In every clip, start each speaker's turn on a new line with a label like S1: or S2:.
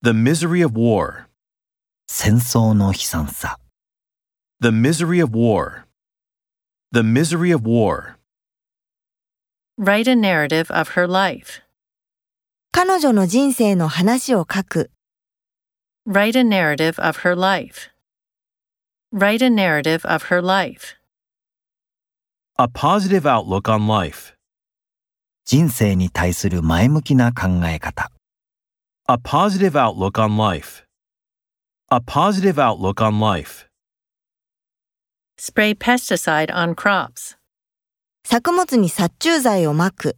S1: The misery of war.
S2: 戦争の悲惨さ
S1: The misery of war. The misery of war.
S3: Write a narrative of her life.
S4: 彼女の人生の話を書く。
S3: Write a narrative of her life. Write a narrative of her life.
S1: A positive outlook on life.
S2: 人生に対する前向きな考え方
S1: A positive outlook on life. A positive outlook on life.
S3: Spray pesticide on crops.
S4: 作物に殺虫剤をまく。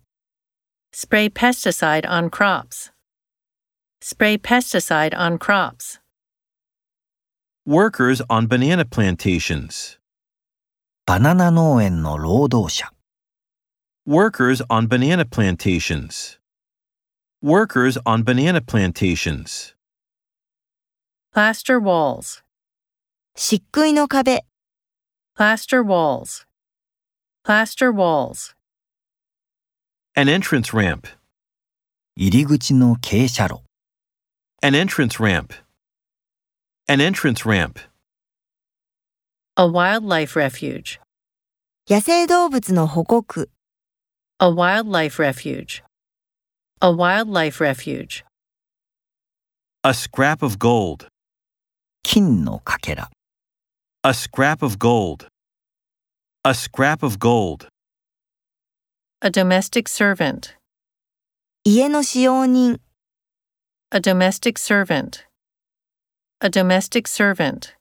S3: Spray pesticide on crops. Spray pesticide on crops.
S1: Workers on banana plantations.
S2: バナナ農園の労働者
S1: Workers on banana plantations. Workers on banana plantations.
S3: Plaster walls.
S4: 漆喰の壁。
S3: Plaster walls. Plaster walls.
S1: An entrance ramp.
S2: 入り口の傾斜路
S1: An entrance ramp. An entrance ramp.
S3: A wildlife refuge.
S4: 野生動物の保護区。
S3: A wildlife refuge. A wildlife refuge.
S1: A scrap of gold.
S2: 金のかけら
S1: A scrap of gold. A scrap of gold.
S3: A domestic servant.
S4: 家の使用人。
S3: A domestic servant. A domestic servant.